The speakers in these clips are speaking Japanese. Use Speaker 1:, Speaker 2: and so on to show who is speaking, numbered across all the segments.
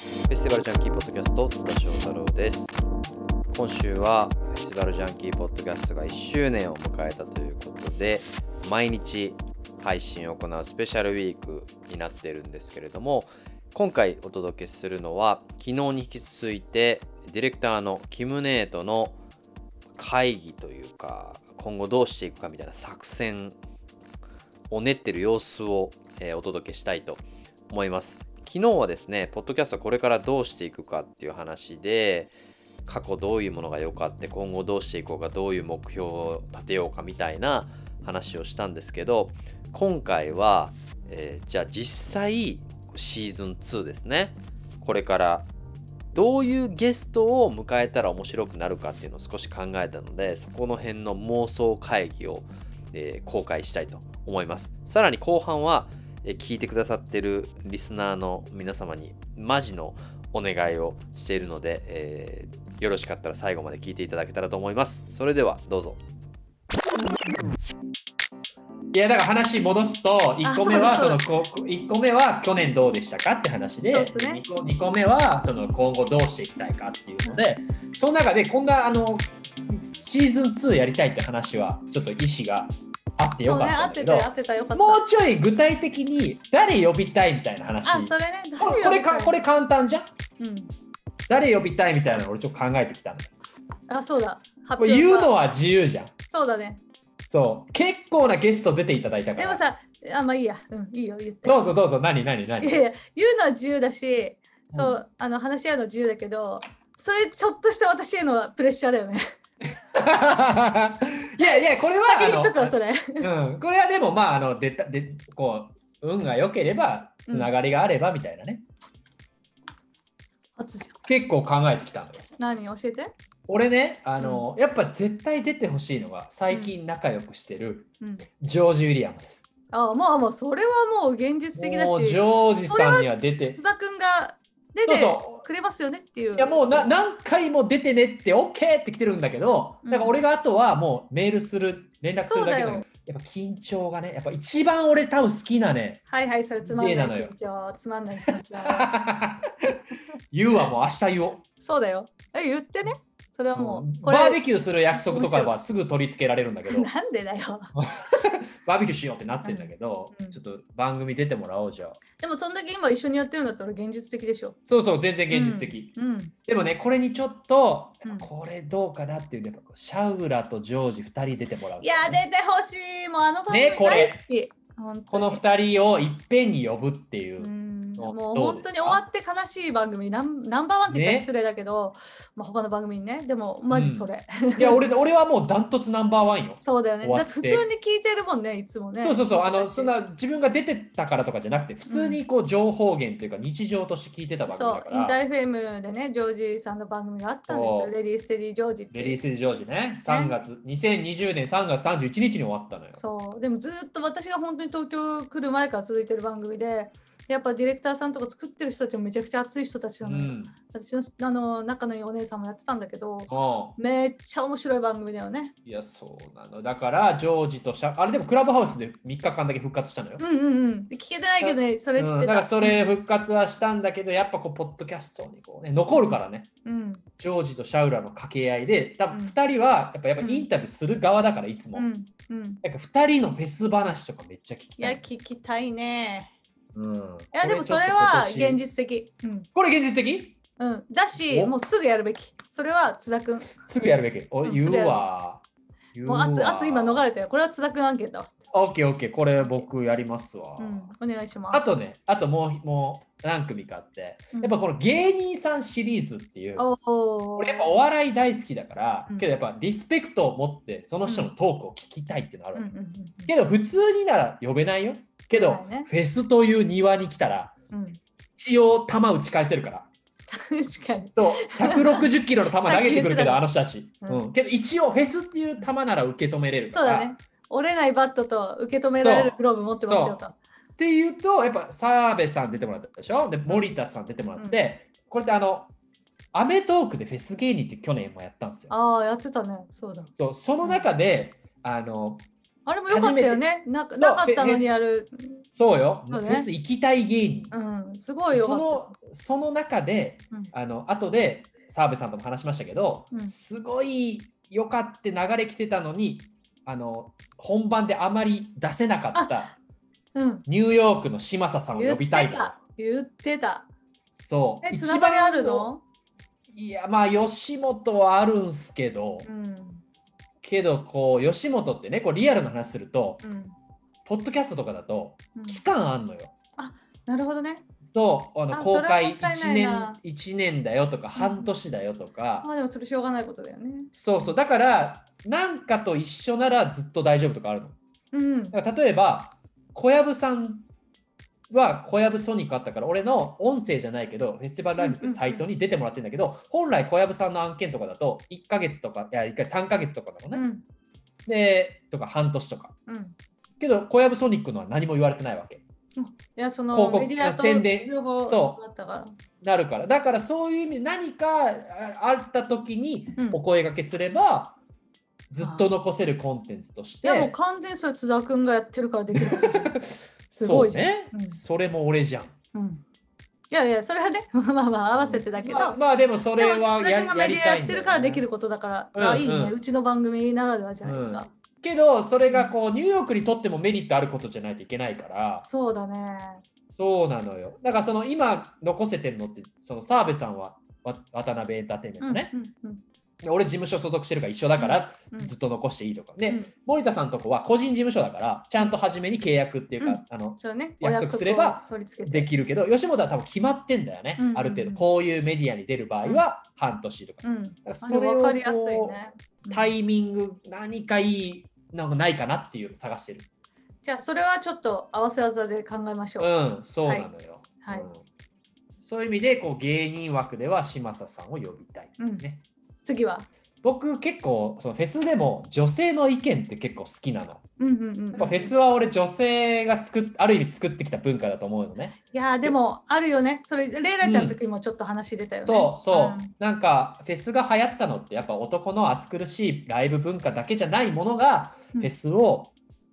Speaker 1: スティバルジャンキーポッドキャスト津田翔太郎です今週はフェスティバルジャンキーポッドキャストが1周年を迎えたということで毎日配信を行うスペシャルウィークになっているんですけれども今回お届けするのは昨日に引き続いてディレクターのキムネートの会議というか今後どうしていくかみたいな作戦を練ってる様子を、えーお届けしたいと思います昨日はですねポッドキャストこれからどうしていくかっていう話で過去どういうものが良かって今後どうしていこうかどういう目標を立てようかみたいな話をしたんですけど今回は、えーじゃあ実際シーズン2ですねこれからどういうゲストを迎えたら面白くなるかっていうのを少し考えたのでそこの辺の妄想会議を、えー公開したいと思いますさらに後半はえー聞いてくださってるリスナーの皆様にマジのお願いをしているので、えーよろしかったら最後まで聞いていただけたらと思いますそれではどうぞ
Speaker 2: いやだから話戻すと1個目は
Speaker 3: そう
Speaker 2: そ
Speaker 3: だそ
Speaker 2: の
Speaker 3: う
Speaker 2: こう一個目は去年どうでしたかって話で
Speaker 3: そうですね
Speaker 2: 2, 個二個目はその今後どうしていきたいかっていうのでその中でこんなあのシーズン2やりたいって話はちょっと意思があってよ
Speaker 3: そう
Speaker 2: か
Speaker 3: ね
Speaker 2: っ
Speaker 3: 合
Speaker 2: たんだ
Speaker 3: っ
Speaker 2: け
Speaker 3: て
Speaker 2: ど
Speaker 3: た合ってたよかった
Speaker 2: もうちょい具体的に誰呼びたいみたいな話
Speaker 3: あそれね
Speaker 2: これこれかこれ簡単じゃん
Speaker 3: うん
Speaker 2: 誰呼びたいみたいなの俺ちょっと考えてきたの
Speaker 3: あそうだ発
Speaker 2: これ言うのは自由じゃん
Speaker 3: そうだね
Speaker 2: そう結構なゲスト出ていただいたか
Speaker 3: で
Speaker 2: ら
Speaker 3: もさあまあいいやうんいいよ言って
Speaker 2: どうぞどうぞ何何何
Speaker 3: いやいや言うのは自由だしそう、あの話し合うの自由だけどそれちょっとした私へのプレッシャーだよね
Speaker 2: いやいやこれは
Speaker 3: 先に言っとくわ
Speaker 2: あ
Speaker 3: それ
Speaker 2: のうん、これはでもまああのでたでこう運が良ければつながりがあればみたいなね、
Speaker 3: 初じゃん
Speaker 2: 結構考えてきたのよ
Speaker 3: 何教えて
Speaker 2: 俺ねあの、やっぱ絶対出てほしいのが最近仲良くしてる
Speaker 3: うん
Speaker 2: ジョージ・ウィリアムス、
Speaker 3: あまあまあそれはもう現実的だ
Speaker 2: もうジ
Speaker 3: し
Speaker 2: ョージさんには出て
Speaker 3: 須田くんが出
Speaker 2: そ
Speaker 3: て
Speaker 2: うそう
Speaker 3: くれますよねっていう
Speaker 2: いやもうな何回も出てねって OK って来てるんだけど、
Speaker 3: うん
Speaker 2: だから俺があとはもうメールする連絡するだけだ
Speaker 3: そうだ
Speaker 2: よ
Speaker 3: よ
Speaker 2: やっぱ緊張がねやっぱ一番俺多分好きなね
Speaker 3: はいはいそれつまん
Speaker 2: 家
Speaker 3: な
Speaker 2: ないのよ
Speaker 3: 緊張つまんない緊張
Speaker 2: 言うわもう明日言おう
Speaker 3: そうだよえ言ってねそれはもうこれ
Speaker 2: バーベキューする約束とかはすぐ取り付けられるんだけど
Speaker 3: なん でだよ。
Speaker 2: バーベキューしようってなってんだけど、
Speaker 3: うん
Speaker 2: ちょっと番組出てもらおうじゃあ
Speaker 3: でもそんだけ今一緒にやってるんだったら現実的でしょ。
Speaker 2: そうそう全然現実的、
Speaker 3: うん。
Speaker 2: でもねこれにちょっと
Speaker 3: うん
Speaker 2: これどうかなっていうねやっぱシャウラとジョージ2人出てもらう、
Speaker 3: いやー出てほしいもうあの番組
Speaker 2: ねこれ
Speaker 3: 大好き。本当に
Speaker 2: この2人をいっぺんに呼ぶっていう、
Speaker 3: うん
Speaker 2: どう
Speaker 3: もう
Speaker 2: どう
Speaker 3: 本
Speaker 2: です
Speaker 3: 当
Speaker 2: か
Speaker 3: に終わって悲しい番組ナンナンバーワンって言った
Speaker 2: ね
Speaker 3: ら失礼だけど、まあ他の番組にねでもマジそれ、
Speaker 2: いや俺俺はもうダントツナンバーワンよ
Speaker 3: そうだよね
Speaker 2: 終わ
Speaker 3: だ
Speaker 2: っ
Speaker 3: ってて普通に聞いてるもんねいつもね
Speaker 2: そうそうそうあの
Speaker 3: 私
Speaker 2: そんな自分が出てたからとかじゃなくて普通にこう情報源というか日常として聞いてた番組
Speaker 3: そ
Speaker 2: だ
Speaker 3: う
Speaker 2: か
Speaker 3: インタ
Speaker 2: ら、
Speaker 3: ーフェムでねジョージさんの番組があったんです
Speaker 2: そ
Speaker 3: よ
Speaker 2: う
Speaker 3: レディーステディジョージって
Speaker 2: レ
Speaker 3: い
Speaker 2: ディー
Speaker 3: う
Speaker 2: ス・ジョージね3月、2020年3月31日に終わったのよ
Speaker 3: そうでもずっと私が本当に東京来る前から続いてる番組でやっぱディレクターさんとか作ってる人たちもめちゃくちゃ熱い人たち
Speaker 2: う
Speaker 3: なのよ、
Speaker 2: ん
Speaker 3: 私のあの仲のいいお姉さんもやってたんだけど
Speaker 2: うん
Speaker 3: めっちゃ面白い番組だよね
Speaker 2: いやそうなのだからジョージとシャあれでもクラブハウスで3日間だけ復活したのよ、
Speaker 3: うんうんうんで聞けてないけどねそれ知
Speaker 2: うん
Speaker 3: って
Speaker 2: だか
Speaker 3: た
Speaker 2: らそれ復活はしたんだけどやっぱこうポッドキャストにこうね残るからね
Speaker 3: うん
Speaker 2: ジョージとシャウラの掛け合いで多
Speaker 3: う
Speaker 2: 分
Speaker 3: ん
Speaker 2: 2人はやっぱやっぱインタビューする側だからいつも、
Speaker 3: うんうん
Speaker 2: なんか2人のフェス話とかめっちゃ聞き
Speaker 3: いや
Speaker 2: たい。
Speaker 3: 聞きたいね
Speaker 2: うん、い
Speaker 3: いやでもそれは現
Speaker 2: 実。
Speaker 3: 実的うん、
Speaker 2: これ現実的
Speaker 3: うん、だし
Speaker 2: お
Speaker 3: もうすぐやるべきそれは津田くん
Speaker 2: すぐやるべき。お、
Speaker 3: うん
Speaker 2: 言うわ。言
Speaker 3: もう熱熱今逃
Speaker 2: れ。
Speaker 3: れたよこれは津田くん案件だわ
Speaker 2: オッケーオッケー、これ僕やりますわ。
Speaker 3: うんお願いします
Speaker 2: あとね、あともうもう何組かあって、
Speaker 3: うん
Speaker 2: やっぱこの芸人さんシリーズっていう。
Speaker 3: おお
Speaker 2: 俺やっぱお笑い大好きだから、
Speaker 3: うん
Speaker 2: けどやっぱリスペクトを持ってその人のトークを聞きたいっていうのあるわ
Speaker 3: うんう
Speaker 2: け、
Speaker 3: んうん
Speaker 2: けど普通になら呼べないよけど、
Speaker 3: そうだね
Speaker 2: フェスという庭に来たら
Speaker 3: うんうん
Speaker 2: 一応球打ち返せるから
Speaker 3: 確かに。
Speaker 2: そう160キロの球投げてくるけど、
Speaker 3: さ
Speaker 2: あの人たち。
Speaker 3: う
Speaker 2: うんん、けど一応、フェスっていう球なら受け止めれるか
Speaker 3: そう
Speaker 2: ら。
Speaker 3: だね。折れないバットと受け止められるグローブ持ってますよと。
Speaker 2: っていうと、やっぱ澤部さん出てもらったでしょで、森田さん出てもらって、これってあの、アメトークでフェス芸人って去年もやったんですよ。
Speaker 3: ああ、やってたね。そうだ。
Speaker 2: そうその中で、あの、
Speaker 3: あれもよかったよね。ななかったのにやる。
Speaker 2: そうよ、
Speaker 3: そうね
Speaker 2: フェス行きたい芸人。
Speaker 3: うん、すごいよか
Speaker 2: そ
Speaker 3: った。
Speaker 2: のその中で、
Speaker 3: うん
Speaker 2: あの後で澤部さんとも話しましたけど、
Speaker 3: うん
Speaker 2: すごい良かって流れ来てたのにあの本番であまり出せなかった
Speaker 3: うん、
Speaker 2: ニューヨークの嶋佐さんを
Speaker 3: 言
Speaker 2: 呼
Speaker 3: って
Speaker 2: びたいの
Speaker 3: た。言ってた。
Speaker 2: そう
Speaker 3: え、つ
Speaker 2: 一
Speaker 3: ながり
Speaker 2: 番
Speaker 3: あるの
Speaker 2: いやまあ吉本はあるんすけど、
Speaker 3: うん。
Speaker 2: けどこう吉本ってねこうリアルな話すると
Speaker 3: うん。うん
Speaker 2: ポッドキャストとかだと期間あんのよ。
Speaker 3: なるほどね。
Speaker 2: とあの
Speaker 3: あ
Speaker 2: 公
Speaker 3: それはも
Speaker 2: 開
Speaker 3: ったい
Speaker 2: 1
Speaker 3: ない
Speaker 2: 年
Speaker 3: な
Speaker 2: 1年だよとか半年だよとか、
Speaker 3: まあでもそれしょうがないことだよね。
Speaker 2: そうそうだからなんかと一緒ならずっと大丈夫とかあるの。
Speaker 3: うん。
Speaker 2: だから例えば小籔さんは小籔ソニックあったから俺の音声じゃないけどフェスティバルライブっていうサイトに出てもらってるんだけど、本来小籔さんの案件とかだと1ヶ月とかいや1回3ヶ月とかだろうね、
Speaker 3: うん。
Speaker 2: でとか半年とか
Speaker 3: うん。
Speaker 2: けど小籔ソニックのは何も言われてないわけ
Speaker 3: いや、その
Speaker 2: 広告
Speaker 3: メディアと
Speaker 2: 宣伝
Speaker 3: 両方
Speaker 2: そう
Speaker 3: あったから。
Speaker 2: なるからだからそういう意味何かああった時に
Speaker 3: うん
Speaker 2: お声掛けすれば、ずっと残せるコンテンツとして
Speaker 3: いやもう完全にそれ津田くんがやってるからできる。す
Speaker 2: そ
Speaker 3: ご
Speaker 2: う
Speaker 3: いじゃん
Speaker 2: ね、
Speaker 3: うん
Speaker 2: それも俺じゃん
Speaker 3: うん。いやいや、それはね、 まあまあまあ合わせてだけど。
Speaker 2: まあ、まあでもそ
Speaker 3: で
Speaker 2: れ
Speaker 3: も
Speaker 2: は
Speaker 3: 津田
Speaker 2: や
Speaker 3: くんが
Speaker 2: やり
Speaker 3: メディア
Speaker 2: た
Speaker 3: や
Speaker 2: いんだ
Speaker 3: って
Speaker 2: よ
Speaker 3: る
Speaker 2: ね
Speaker 3: からできることだから、
Speaker 2: うんうん
Speaker 3: あいいね、うちの番組ならではじゃないですか。
Speaker 2: けどそれがこうニューヨークにとってもメリットあることじゃないといけないから
Speaker 3: そうだね。
Speaker 2: そうなのよだからその今残せてるのってその澤部さんはわ渡辺エンターテインメントね、
Speaker 3: うんうん
Speaker 2: で俺事務所所属してるから一緒だから
Speaker 3: うん
Speaker 2: ずっと残していいとか、で
Speaker 3: うん
Speaker 2: 森田さんとこは個人事務所だからちゃんと初めに契約っていうか、
Speaker 3: うん
Speaker 2: あの
Speaker 3: そうね、
Speaker 2: 約束すれば
Speaker 3: お約束を取り付けて。
Speaker 2: できるけど吉本は多分決まってんだよね、
Speaker 3: うんうんうん
Speaker 2: ある程度こういうメディアに出る場合は半年とか,、
Speaker 3: うん。
Speaker 2: だから
Speaker 3: あれ
Speaker 2: を
Speaker 3: 分かりやすいね。うん
Speaker 2: タイミング何かいいなんかないかなっていうのを探してる。
Speaker 3: じゃあそれはちょっと合わせ技で考えましょう。
Speaker 2: うん、そうなのよ。
Speaker 3: はい
Speaker 2: うんそういう意味でこう芸人枠では嶋佐さんを呼びたい。
Speaker 3: うん
Speaker 2: ね
Speaker 3: 次は。
Speaker 2: 僕結構そのフェスでも女性の意見って結構好きなの。や
Speaker 3: うんうんうん。
Speaker 2: っぱフェスは俺女性が作っある意味作ってきた文化だと思うのね。
Speaker 3: いやーでもあるよね。それレイラちゃんの時もちょっと話出たよね。
Speaker 2: そうそう、なんかフェスが流行ったのってやっぱ男の暑苦しいライブ文化だけじゃないものが
Speaker 3: う
Speaker 2: フ
Speaker 3: ん
Speaker 2: ェスを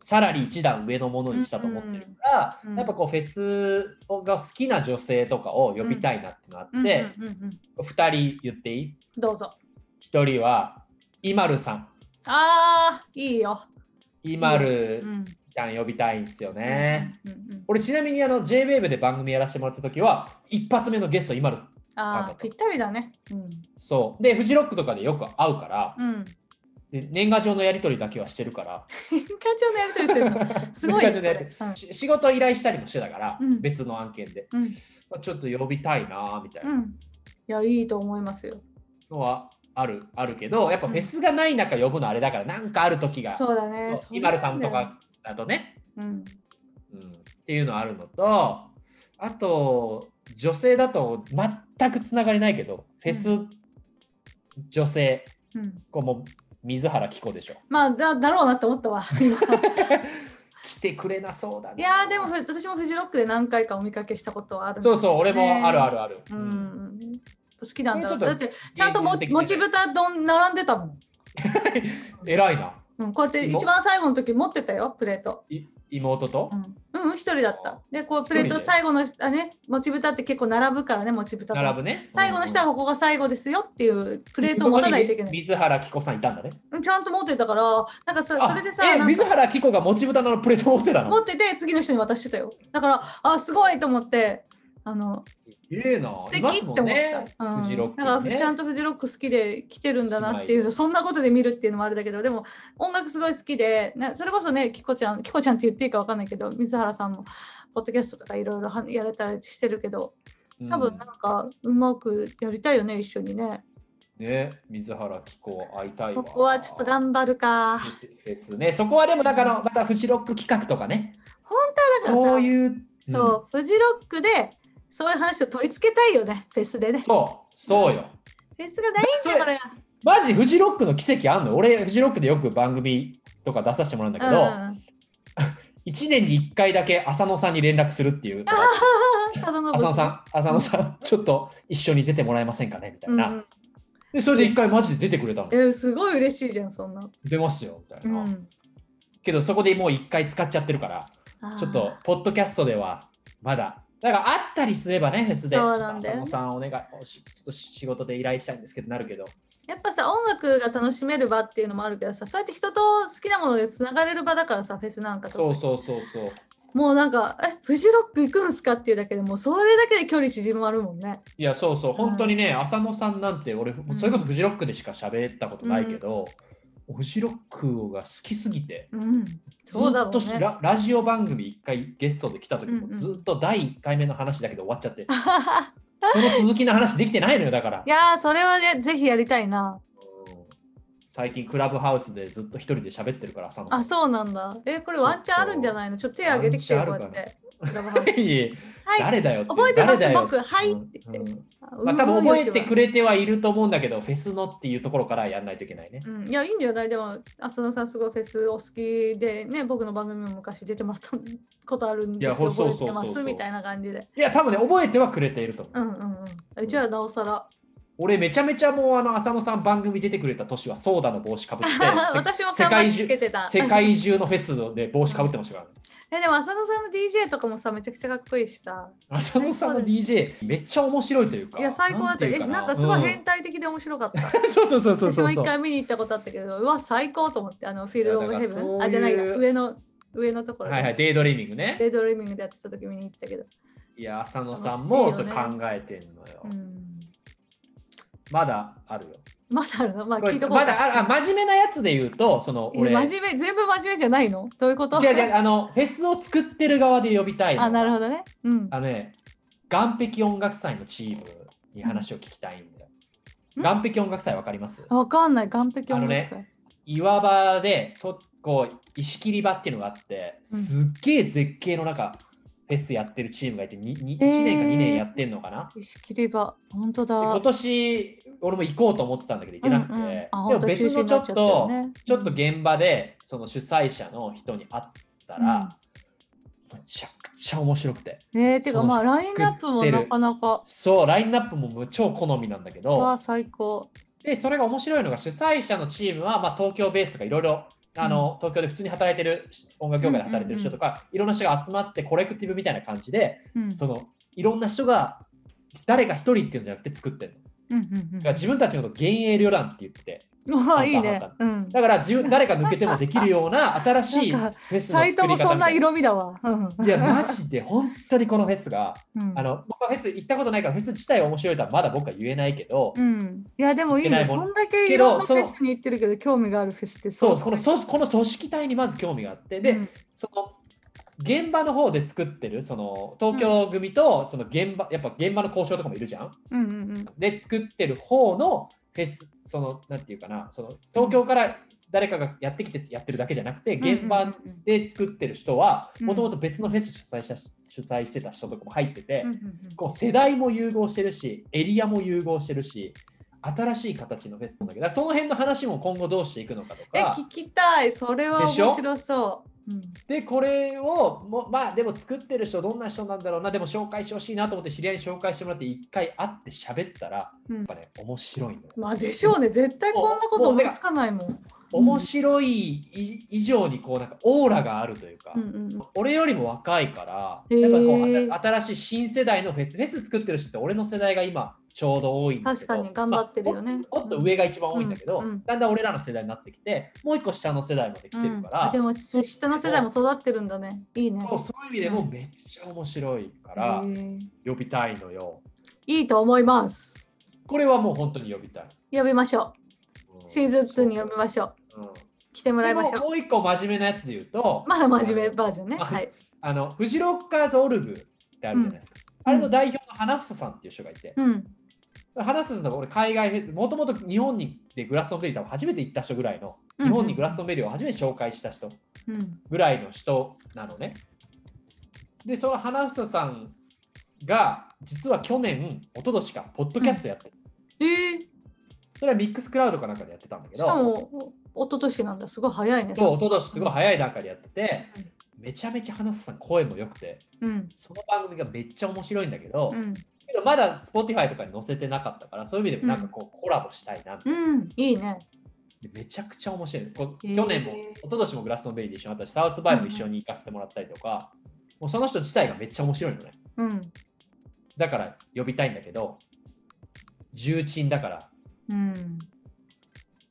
Speaker 2: さらに一段上のものにしたと思ってるから、
Speaker 3: うんうん
Speaker 2: やっぱこうフェスが好きな女性とかを呼びたいなってのがあって、
Speaker 3: うん。で、うんうんうん
Speaker 2: 2人言っていい
Speaker 3: どうぞ。
Speaker 2: 1人は IMALU さん
Speaker 3: ああいいよ。う
Speaker 2: IMALU
Speaker 3: ん。
Speaker 2: ちゃん呼びたいんですよね、
Speaker 3: うんうんうん。
Speaker 2: 俺ちなみにあの JWAVE で番組やらせてもらった時は一発目のゲスト IMALU
Speaker 3: ああぴったりだね。うん。
Speaker 2: そうでフジロックとかでよく会うから
Speaker 3: うん。
Speaker 2: で年賀状のやり取りだけはしてるから
Speaker 3: 年賀状のやりとりす るの。 すごいね
Speaker 2: 年賀状のやり取
Speaker 3: それ
Speaker 2: りし仕事依頼したりもしてたから、
Speaker 3: うん
Speaker 2: 別の案件で、
Speaker 3: うん
Speaker 2: まあちょっと呼びたいなーみたい
Speaker 3: うん。
Speaker 2: な
Speaker 3: うん。いやいいと思いますよ。
Speaker 2: のはある、あるけどやっぱフェスがない中呼ぶのあれだからなんかある時が
Speaker 3: そうだね。
Speaker 2: そう IMALU さんとかだとね
Speaker 3: そうなんだよ。うん。
Speaker 2: うんっていうのあるのとあと女性だと全くつながりないけどフェス、
Speaker 3: う
Speaker 2: 女性
Speaker 3: うん、
Speaker 2: こうもう水原希子でしょ
Speaker 3: まあだだろうなって 思ったわ今
Speaker 2: 来てくれなそうだね
Speaker 3: いやーでもふ私もフジロックで何回かお見かけしたことはある
Speaker 2: そうそう俺
Speaker 3: ね
Speaker 2: もあるあるある、
Speaker 3: う、ん、好きなんだろう
Speaker 2: これち
Speaker 3: だ
Speaker 2: ょっと
Speaker 3: ってちゃんとも
Speaker 2: 現実的じゃない
Speaker 3: もち豚丼並んでたもん、
Speaker 2: 偉いな
Speaker 3: うん、こうやって一番最後の時持ってたよプレート
Speaker 2: い妹と
Speaker 3: う、んうんうん一人だったでこうプレー
Speaker 2: 一人
Speaker 3: ト
Speaker 2: で
Speaker 3: 最後のあねもち豚って結構並ぶからねもち豚と
Speaker 2: 並ぶね
Speaker 3: 最後の人は
Speaker 2: うん
Speaker 3: ここが最後ですよっていうプレートを持たないといけな
Speaker 2: そこに
Speaker 3: い
Speaker 2: 水原希子さんいたんだね
Speaker 3: うんちゃんと持ってたからなんかそそれで
Speaker 2: あ
Speaker 3: さ
Speaker 2: え
Speaker 3: なん
Speaker 2: 水
Speaker 3: か
Speaker 2: 原希子が持ち豚のプレート持ってた
Speaker 3: 持
Speaker 2: の
Speaker 3: ってて次の人に渡してたよだからあすごいと思ってあの
Speaker 2: ええな
Speaker 3: 素
Speaker 2: い
Speaker 3: 敵
Speaker 2: ま
Speaker 3: っ
Speaker 2: す
Speaker 3: て
Speaker 2: も
Speaker 3: 思った。
Speaker 2: んね、
Speaker 3: うん
Speaker 2: フジロック、ね、
Speaker 3: だからちゃんとフジロック好きで来てるんだなっていうの、そんなことで見るっていうのもあるんだけど、でも音楽すごい好きで、なそれこそね、キコちゃん、キコちゃんって言っていいかわかんないけど、水原さんも、ポッドキャストとかいろいろはやれたりしてるけど、多
Speaker 2: う
Speaker 3: 分
Speaker 2: ん
Speaker 3: なんか、うまくやりたいよね、一緒にね。
Speaker 2: ね、水原希子会いたいわ。
Speaker 3: ここはちょっと頑張るか。
Speaker 2: フェスね、そこはでもなんかあのまたフジロック企画とかね。
Speaker 3: 本当はだからさ、
Speaker 2: そういう。うん
Speaker 3: そう、フジロックで、そういう話を取り付けたいよね、フェスでね。
Speaker 2: そう、そうよ。
Speaker 3: フェスがないんだから。
Speaker 2: マジフジロックの奇跡あんの俺、フジロックでよく番組とか出させてもらうんだけど、
Speaker 3: うん、
Speaker 2: 1年に1回だけ浅野さんに連絡するっていう。
Speaker 3: ただの
Speaker 2: 浅野さん、浅野さん、ちょっと一緒に出てもらえませんかねみたい
Speaker 3: うんう
Speaker 2: な。
Speaker 3: ん、
Speaker 2: で、それで1回マジで出てくれたの。
Speaker 3: えすごい嬉しいじゃん、そんな。
Speaker 2: 出ますよ、みたいな。
Speaker 3: うん
Speaker 2: けどそこでもう一回使っちゃってるからちょっとポッドキャストではまだだからあったりすればねフェスでちょ
Speaker 3: そう
Speaker 2: っと
Speaker 3: なん
Speaker 2: 浅
Speaker 3: だよね
Speaker 2: 野さんお願いおしちょっと仕事で依頼したいんですけどなるけど
Speaker 3: やっぱさ音楽が楽しめる場っていうのもあるけどさそうやって人と好きなものでつながれる場だからさフェスなんかとか
Speaker 2: そうそうそうそう
Speaker 3: もうなんか「えフジロック行くんすか?」っていうだけでもうそれだけで距離縮まるもんね。
Speaker 2: いやそうそう本当にね、浅野さんなんて俺それこそフジロックでしか喋ったことないけど、フジロックが好きすぎて
Speaker 3: うん、そうだろ
Speaker 2: ずっ
Speaker 3: う
Speaker 2: と
Speaker 3: ね。
Speaker 2: ララジオ番組1回ゲストで来た時も
Speaker 3: うんうん
Speaker 2: ずっと第1回目の話だけで終わっちゃって、この続きの話できてないのよだから
Speaker 3: いやーそれはねぜひやりたいな。
Speaker 2: うん最近クラブハウスでずっと一人で喋ってるから浅野さん
Speaker 3: あそうなんだ。えこれワンチャンあるんじゃないのちょっと手挙げてきてよ
Speaker 2: ワン
Speaker 3: こ
Speaker 2: チ
Speaker 3: う
Speaker 2: ャンあるか
Speaker 3: やって。クラブハウス
Speaker 2: いえいえ
Speaker 3: はい
Speaker 2: 誰だよ
Speaker 3: 覚えてます
Speaker 2: 誰だよ
Speaker 3: 僕はいって言って
Speaker 2: うんうんまあ多分覚えてく
Speaker 3: れ。
Speaker 2: れてはいると思うんだけどフェスのっていうところからやんないといけないね
Speaker 3: うん、いやいいんじゃないでも浅野さんすごいフェスお好きでね僕の番組も昔出てもらったことあるん
Speaker 2: い
Speaker 3: で
Speaker 2: や
Speaker 3: すけど
Speaker 2: ほん
Speaker 3: 覚
Speaker 2: そうそ
Speaker 3: え
Speaker 2: う
Speaker 3: てま
Speaker 2: そうそう
Speaker 3: すみたいな感じで。
Speaker 2: いや多分ね覚えてはくれていると思う
Speaker 3: うんうんうん。うちはなおさら。
Speaker 2: 俺めちゃめちゃもうあの浅野さん番組出てくれた年はソーダの帽子かぶって
Speaker 3: 私も
Speaker 2: 世
Speaker 3: 看板
Speaker 2: 界
Speaker 3: つ
Speaker 2: 中
Speaker 3: けてた。
Speaker 2: 世界中のフェスで帽子かぶってましたからね
Speaker 3: えでも浅野さんの DJ とかもさめちゃくちゃかっこいいしさ
Speaker 2: 浅野さんの DJ めっちゃ面白いというか
Speaker 3: いや最高だった
Speaker 2: てい
Speaker 3: え
Speaker 2: う
Speaker 3: なんかすごい変
Speaker 2: う
Speaker 3: 態的で面白かった、
Speaker 2: んそうそうそうそう
Speaker 3: 私
Speaker 2: そ
Speaker 3: も
Speaker 2: う
Speaker 3: 一
Speaker 2: そう
Speaker 3: 回見に行ったことあったけどうわ最高と思ってあのフィールド・オブ・
Speaker 2: い
Speaker 3: ヘブ
Speaker 2: やだからそうい
Speaker 3: ン
Speaker 2: う
Speaker 3: あじゃないや上の上のところで、
Speaker 2: はいはいデイドリーミングね
Speaker 3: デイドリーミングでやってた時見に行ったけど、
Speaker 2: いや浅野さんもそれ
Speaker 3: 楽し
Speaker 2: 考
Speaker 3: いよね
Speaker 2: えてんのよ、
Speaker 3: うん、
Speaker 2: まだあるよ
Speaker 3: まだあるのまあ
Speaker 2: これ
Speaker 3: 聞いとこう
Speaker 2: まだあるあ真面目なやつで言うとその
Speaker 3: え
Speaker 2: 俺
Speaker 3: 真
Speaker 2: 違
Speaker 3: 面目全部真面目じゃないのどういうこと
Speaker 2: う違うあのフェスを作ってる側で呼びたいの
Speaker 3: あなるほどねうん
Speaker 2: あのね、岸壁音楽祭のチームに話を聞きたいんだよ。
Speaker 3: うん
Speaker 2: 岸壁音楽祭わかります
Speaker 3: わかんない岸壁
Speaker 2: あ
Speaker 3: 音
Speaker 2: の
Speaker 3: 楽
Speaker 2: ね
Speaker 3: 祭
Speaker 2: 岩場でとこう石切り場っていうのがあって
Speaker 3: うん
Speaker 2: すっげえ絶景の中フェスやってるチームがいて 1,
Speaker 3: え
Speaker 2: 年
Speaker 3: ー
Speaker 2: か2年やってんのかな、
Speaker 3: 石切り場本当
Speaker 2: で
Speaker 3: だ
Speaker 2: 今年俺も行こうと思ってたんだけど行けなくて、
Speaker 3: うんうんあ
Speaker 2: で
Speaker 3: ほん
Speaker 2: も
Speaker 3: と
Speaker 2: 別
Speaker 3: 中止
Speaker 2: の
Speaker 3: に
Speaker 2: ちょ
Speaker 3: な
Speaker 2: っ
Speaker 3: ちゃ
Speaker 2: と
Speaker 3: たよね
Speaker 2: ちょっと現場でその主催者の人に会ったら、めちゃくちゃ面白くて
Speaker 3: えー、てか
Speaker 2: そう
Speaker 3: まあラインナップも
Speaker 2: 作ってる
Speaker 3: なかなか
Speaker 2: そうラインナップももう超好みなんだけど、
Speaker 3: わあ最高
Speaker 2: でそれが面白いのが主催者のチームは、まあ、東京ベースとかいろいろあの、東京で普通に働いてる音楽業界で働いてる人とか、いろんな人が集まってコレクティブみたいな感じで
Speaker 3: うん
Speaker 2: そのいろんな人が誰か一人っていうんじゃなくて作ってるのだ
Speaker 3: うんうん
Speaker 2: から自分たちのこと幻影旅団って言ってて
Speaker 3: うんわあいいね
Speaker 2: 簡単
Speaker 3: うん
Speaker 2: だから自分誰か抜けてもできるような新しいフ
Speaker 3: なんか
Speaker 2: ェスの作
Speaker 3: サ
Speaker 2: り
Speaker 3: イト
Speaker 2: 方
Speaker 3: も
Speaker 2: みたい
Speaker 3: そんな色味だわうん
Speaker 2: いやマジで本当にこのフェスが
Speaker 3: うん
Speaker 2: あの僕はフェス行ったことないからフェス自体が面白いとはまだ僕は言えないけど、
Speaker 3: うんいやでもいい
Speaker 2: いけな
Speaker 3: ね
Speaker 2: いも
Speaker 3: そ
Speaker 2: の
Speaker 3: んだけ
Speaker 2: け
Speaker 3: い
Speaker 2: ど
Speaker 3: ろんなフ
Speaker 2: その
Speaker 3: ェスに行ってるけど興味があるフェスって
Speaker 2: そうこのそこの組織体にまず興味があってで、
Speaker 3: うん
Speaker 2: その現場の方で作ってるその東京組とその現場やっぱ現場の交渉とかもいるじゃん。
Speaker 3: うんうん
Speaker 2: で作ってる方のフェスそのなんていうかなその東京から誰かがやってきてやってるだけじゃなくて
Speaker 3: うん
Speaker 2: 現場で作ってる人は
Speaker 3: うん
Speaker 2: もともと別のフェス主催者主催してた人とかも入ってて
Speaker 3: うんうんうん
Speaker 2: こう世代も融合してるしエリアも融合してるし新しい形のフェスなんだけどだからその辺の話も今後どうしていくのかと
Speaker 3: え
Speaker 2: か。
Speaker 3: 聞きたいそれは
Speaker 2: でしょ
Speaker 3: 面白そううん
Speaker 2: でこれをもまあでも作ってる人どんな人なんだろうなでも紹介してほしいなと思って知り合いに紹介してもらって一回会って喋ったらや
Speaker 3: うん
Speaker 2: っぱね面白いのよ
Speaker 3: まあでしょうね絶対こんなこと思いつかないもん
Speaker 2: 面白いい以上にこうなんかオーラがあるというか、
Speaker 3: うんうんうん
Speaker 2: 俺よりも若いから
Speaker 3: へー
Speaker 2: やっぱこうあた新しい新世代のフェスフェス作ってる人って俺の世代が今ちょうど多いんだけど
Speaker 3: 確かに頑張ってるよね
Speaker 2: まあもっともっと上が一番多いんだけど、
Speaker 3: うんうん
Speaker 2: だんだん俺らの世代になってきてもう一個下の世代まで来てるか
Speaker 3: うん
Speaker 2: ら、
Speaker 3: あでも下の世代も育ってるんだねいいね
Speaker 2: そうそういう意味でもめっちゃ面白いから
Speaker 3: へー
Speaker 2: 呼びたいのよ。
Speaker 3: いいと思います。
Speaker 2: これはもう本当に呼びたい。
Speaker 3: 呼びましょ
Speaker 2: うん
Speaker 3: う。シーズン2に呼びましょう。
Speaker 2: そううん
Speaker 3: 来てもらいまし
Speaker 2: でも
Speaker 3: ょ
Speaker 2: もう一個真面目なやつで言うと
Speaker 3: う。、まだ真面目バージョンね。
Speaker 2: はい
Speaker 3: はい。
Speaker 2: あのフジロッカーズオルグってあるじゃないですか。
Speaker 3: うん
Speaker 2: あれの代表の花房さんっていう人がいて、
Speaker 3: うん。
Speaker 2: 花房さんは俺海外フェもともと日本にでグラストンベリー多分初めて行った人ぐらいの、
Speaker 3: うん
Speaker 2: 日本にグラストンベリーを初めて紹介した人
Speaker 3: うん。
Speaker 2: ぐらいの人なのね。で、その花房さんが実は去年、一昨年か、ポッドキャストやってる。
Speaker 3: えー、し
Speaker 2: それはミックスクラウドかなんかでやってたんだけど。
Speaker 3: かも、一昨年なんだ。すごい早いね。
Speaker 2: そう、お
Speaker 3: さすが
Speaker 2: ととしすごい早い段階でやってて
Speaker 3: うん、
Speaker 2: めちゃめちゃ話すさん声も良くて、
Speaker 3: うん。
Speaker 2: その番組がめっちゃ面白いんだけど、
Speaker 3: うん。
Speaker 2: けどまだ Spotify とかに載せてなかったから、そういう意味でもなんかこう、コラボしたいな、
Speaker 3: うん。いいね。
Speaker 2: でめちゃくちゃ面白いの。こ
Speaker 3: へー
Speaker 2: 去年も、一昨年もグラストンベリーで一緒に私、サウスバイも一緒に行かせてもらったりとか、もうその人自体がめっちゃ面白いのね。
Speaker 3: うん。
Speaker 2: だから呼びたいんだけど、重鎮だから、
Speaker 3: うん。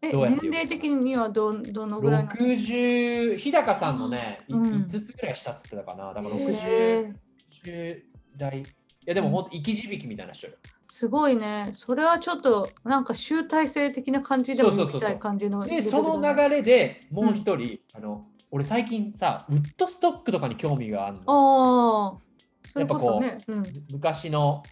Speaker 3: え、
Speaker 2: どうやって
Speaker 3: 年齢的にはどどのぐらいなの
Speaker 2: 60、日高さんもね、い
Speaker 3: うん
Speaker 2: 5つぐらいしたっつってたかな。だから
Speaker 3: へ
Speaker 2: 60
Speaker 3: ー
Speaker 2: 代。いやでも本当生き字引みたいな人よ。
Speaker 3: すごいね。それはちょっとなんか集大成的な感じでも
Speaker 2: そうそうそうそう
Speaker 3: 見たい感じの
Speaker 2: で、
Speaker 3: レベルだね。
Speaker 2: その流れでもう一人、あの、俺最近さ、ウッドストックとかに興味があるの。
Speaker 3: ああ、それこそね。うん
Speaker 2: 昔の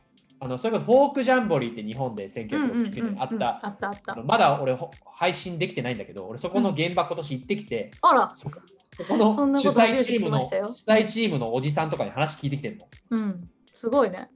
Speaker 2: あのそれこそフォークジャンボリーって日本で
Speaker 3: うんうんうん
Speaker 2: 1969
Speaker 3: う
Speaker 2: 年
Speaker 3: ん
Speaker 2: あった、
Speaker 3: あったあった
Speaker 2: あの。まだ俺ほ配信できてないんだけど俺そこの現場今年行ってき て、
Speaker 3: あら、
Speaker 2: そこそこ
Speaker 3: そん
Speaker 2: の
Speaker 3: な
Speaker 2: 主
Speaker 3: こと初
Speaker 2: 催
Speaker 3: め
Speaker 2: チ
Speaker 3: て聞
Speaker 2: ー
Speaker 3: き
Speaker 2: ム
Speaker 3: ま
Speaker 2: の
Speaker 3: したよ
Speaker 2: 主催チームのおじさんとかに話聞いてきてるの
Speaker 3: うん、すごいね。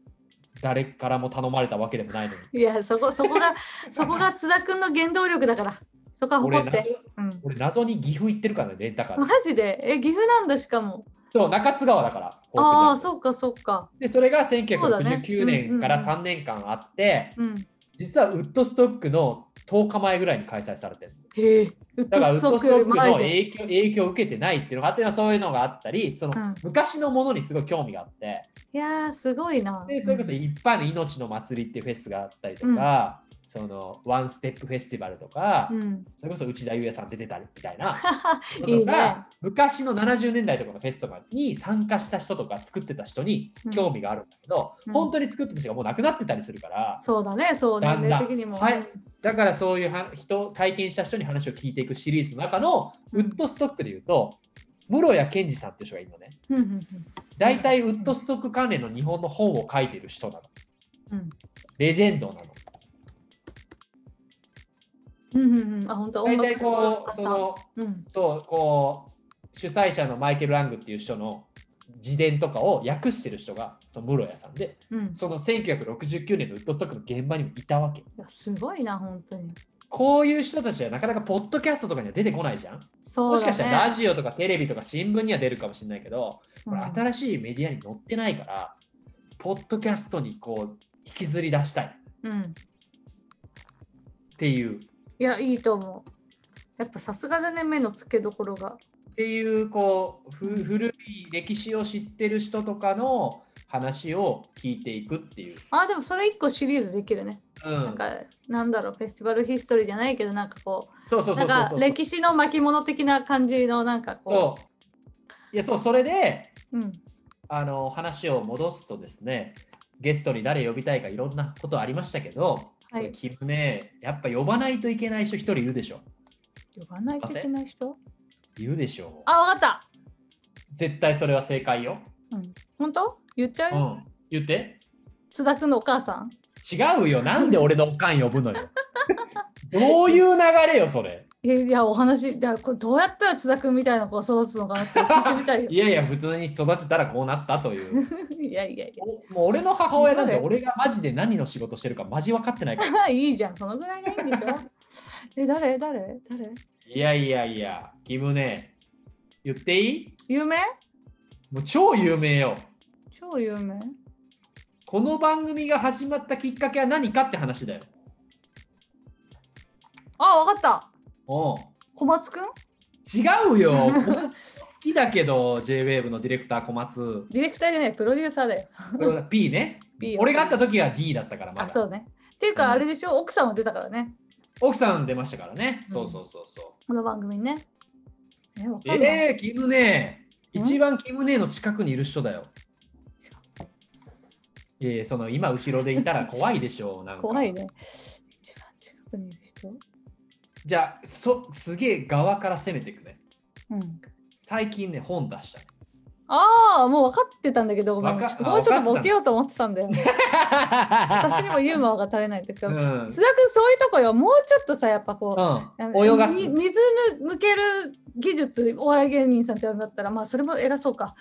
Speaker 2: 誰からも頼まれたわけでもないのに
Speaker 3: いや、そこそこ がそこが津田君の原動力だから、そこは
Speaker 2: 俺
Speaker 3: 誇っ
Speaker 2: 謎
Speaker 3: て。うん、
Speaker 2: 俺謎に岐阜行ってるからねレンタカー
Speaker 3: マ
Speaker 2: で
Speaker 3: ジで、え、岐阜なんだしかも。
Speaker 2: そう中津川だからフォークジャンボ
Speaker 3: あ
Speaker 2: リ
Speaker 3: あ、
Speaker 2: ー
Speaker 3: そうかそうか。
Speaker 2: でそれが
Speaker 3: そうだね
Speaker 2: 1969年か
Speaker 3: うん
Speaker 2: ら
Speaker 3: うんうん
Speaker 2: 3年間あって、
Speaker 3: うん。
Speaker 2: 実はウッドストックの10日前ぐらいに開催されてる
Speaker 3: へえ、ウッ
Speaker 2: だ
Speaker 3: ド
Speaker 2: からウッ
Speaker 3: スト
Speaker 2: ド
Speaker 3: ッ
Speaker 2: ストッ
Speaker 3: ク
Speaker 2: クの
Speaker 3: 前じゃん。
Speaker 2: 影響影響を受けてないっていうのがあってそういうのがあったりその、
Speaker 3: うん
Speaker 2: 昔のものにすごい興味があって
Speaker 3: いやー、すごいな。
Speaker 2: でそれこそ一般の命の祭りっていうフェスがあったりとか、そのワンステップフェスティバルとか、
Speaker 3: うん、
Speaker 2: それこそ内田裕也さん出てたりみたいな
Speaker 3: いい
Speaker 2: の
Speaker 3: ね
Speaker 2: が昔の70年代とかのフェスとかに参加した人とか作ってた人に興味があるんだけど、
Speaker 3: うん
Speaker 2: 本当に作ってた人がもう亡くなってたりするから、
Speaker 3: そうだね、そう
Speaker 2: だ
Speaker 3: 年
Speaker 2: んだん
Speaker 3: 齢的にも。
Speaker 2: はいだからそういうは人体験した人に話を聞いていくシリーズの中のウッドストックで言うと室谷健二さんっていう人がいるのね
Speaker 3: うんうん
Speaker 2: 大体ウッドストック関連の日本の本を書いてる人なの
Speaker 3: うん
Speaker 2: レジェンドなの
Speaker 3: うんうんうんうん。あ、本当
Speaker 2: 大体こう
Speaker 3: 音楽
Speaker 2: そ
Speaker 3: 家さん
Speaker 2: の
Speaker 3: うん。
Speaker 2: とこう主催者のマイケル・ラングっていう人の自伝とかを訳してる人がその室谷さんで
Speaker 3: うん。い
Speaker 2: その1969年のウッドストックの現場にもいたわけ
Speaker 3: やすごいな、本当に。
Speaker 2: こういう人たちはなかなかポッドキャストとかには出てこないじゃん
Speaker 3: そうだ
Speaker 2: もし
Speaker 3: ね、
Speaker 2: かしたらラジオとかテレビとか新聞には出るかもしれないけど、これ新しいメディアに載ってないから、ポッドキャストにこう引きずり出したいっ
Speaker 3: うん、うん。
Speaker 2: ていう、
Speaker 3: いや、いいと思う。やっぱさすがだね、目の付けどころが。
Speaker 2: っていうこうふ古い歴史を知ってる人とかの話を聞いていくっていう。
Speaker 3: あ、でもそれ一個シリーズできるね。
Speaker 2: うん
Speaker 3: なんか、なんだろう、フェスティバルヒストリーじゃないけど、なんかこ
Speaker 2: そうそう
Speaker 3: う、
Speaker 2: そう
Speaker 3: な
Speaker 2: んそう
Speaker 3: か
Speaker 2: そう。
Speaker 3: 歴史の巻物的な感じの、なんかこ
Speaker 2: そういやそうそれで
Speaker 3: う。うん。
Speaker 2: あの話を戻すとですね、ゲストに誰呼びたいかいろんなことありましたけど、
Speaker 3: はい
Speaker 2: これ君ね、やっぱ呼ばないといけない人一人いるでしょ。
Speaker 3: 呼ばないといけない人
Speaker 2: いるでしょう。
Speaker 3: あ、わかった。
Speaker 2: 絶対それは正解よ。
Speaker 3: うん。本当言っちゃう
Speaker 2: う
Speaker 3: よ、
Speaker 2: ん。言って。
Speaker 3: 津田くんのお母さん。
Speaker 2: 違うよ。なんで俺のおかん呼ぶのよ。 どういう流れよ、それ。
Speaker 3: いや、いやお話、だからこれどうやったら津田くんみたいな子を育つのかなって聞いて みたいよ。
Speaker 2: いやいや、普通に育てたらこうなったと いう。
Speaker 3: いやいやいや。
Speaker 2: おもう俺の母親なんて
Speaker 3: 誰
Speaker 2: 俺がマジで何の仕事してるかマジ分かってないから。
Speaker 3: まあいいじゃん、そのぐらいがいいんでしょ。 え、誰誰誰
Speaker 2: いやいやいや、キムね、言っていい
Speaker 3: 有名
Speaker 2: もう超有名よ。
Speaker 3: 超有名
Speaker 2: この番組が始まったきっかけは何かって話だよ。
Speaker 3: あ、わかった。
Speaker 2: おう
Speaker 3: 小松くん
Speaker 2: 違 うよ。小松好きだけど、JWAVE のディレクター小松。
Speaker 3: ディレクターじゃない、プロデューサーだよ。
Speaker 2: うん P ね
Speaker 3: P よ
Speaker 2: 俺が会った時は D だったからま
Speaker 3: あ、
Speaker 2: だ
Speaker 3: そうね。っていう
Speaker 2: うん
Speaker 3: か、あれでしょ、奥さんも出たからね、
Speaker 2: 奥さん出ましたからね、
Speaker 3: うん
Speaker 2: そうそうそうそ
Speaker 3: この番組にね。え、わ
Speaker 2: う
Speaker 3: かんない。
Speaker 2: えー、キムネ
Speaker 3: うん
Speaker 2: 一番キムネの近くにいる人だよいやいやその今後ろでいたら怖いでし ょうなんか
Speaker 3: 怖いね。一番近くにいる人。
Speaker 2: じゃあそすげえ側から攻めていくね
Speaker 3: うん。
Speaker 2: 最近ね本出した
Speaker 3: ああ、もう分かってたんだけど、ごめん。
Speaker 2: わ
Speaker 3: ち
Speaker 2: か
Speaker 3: ょっともうちょっと
Speaker 2: あわかってた
Speaker 3: ボケようと思ってたんだよ。 私にもユーモアが足りないっていう
Speaker 2: う
Speaker 3: か。
Speaker 2: ん、
Speaker 3: 津田くん、そういうとこよ。もうちょっとさ、やっぱこう。
Speaker 2: うん、泳がす
Speaker 3: み水む向ける技術お笑い芸人さんってやるんだったらまあそれも偉そうか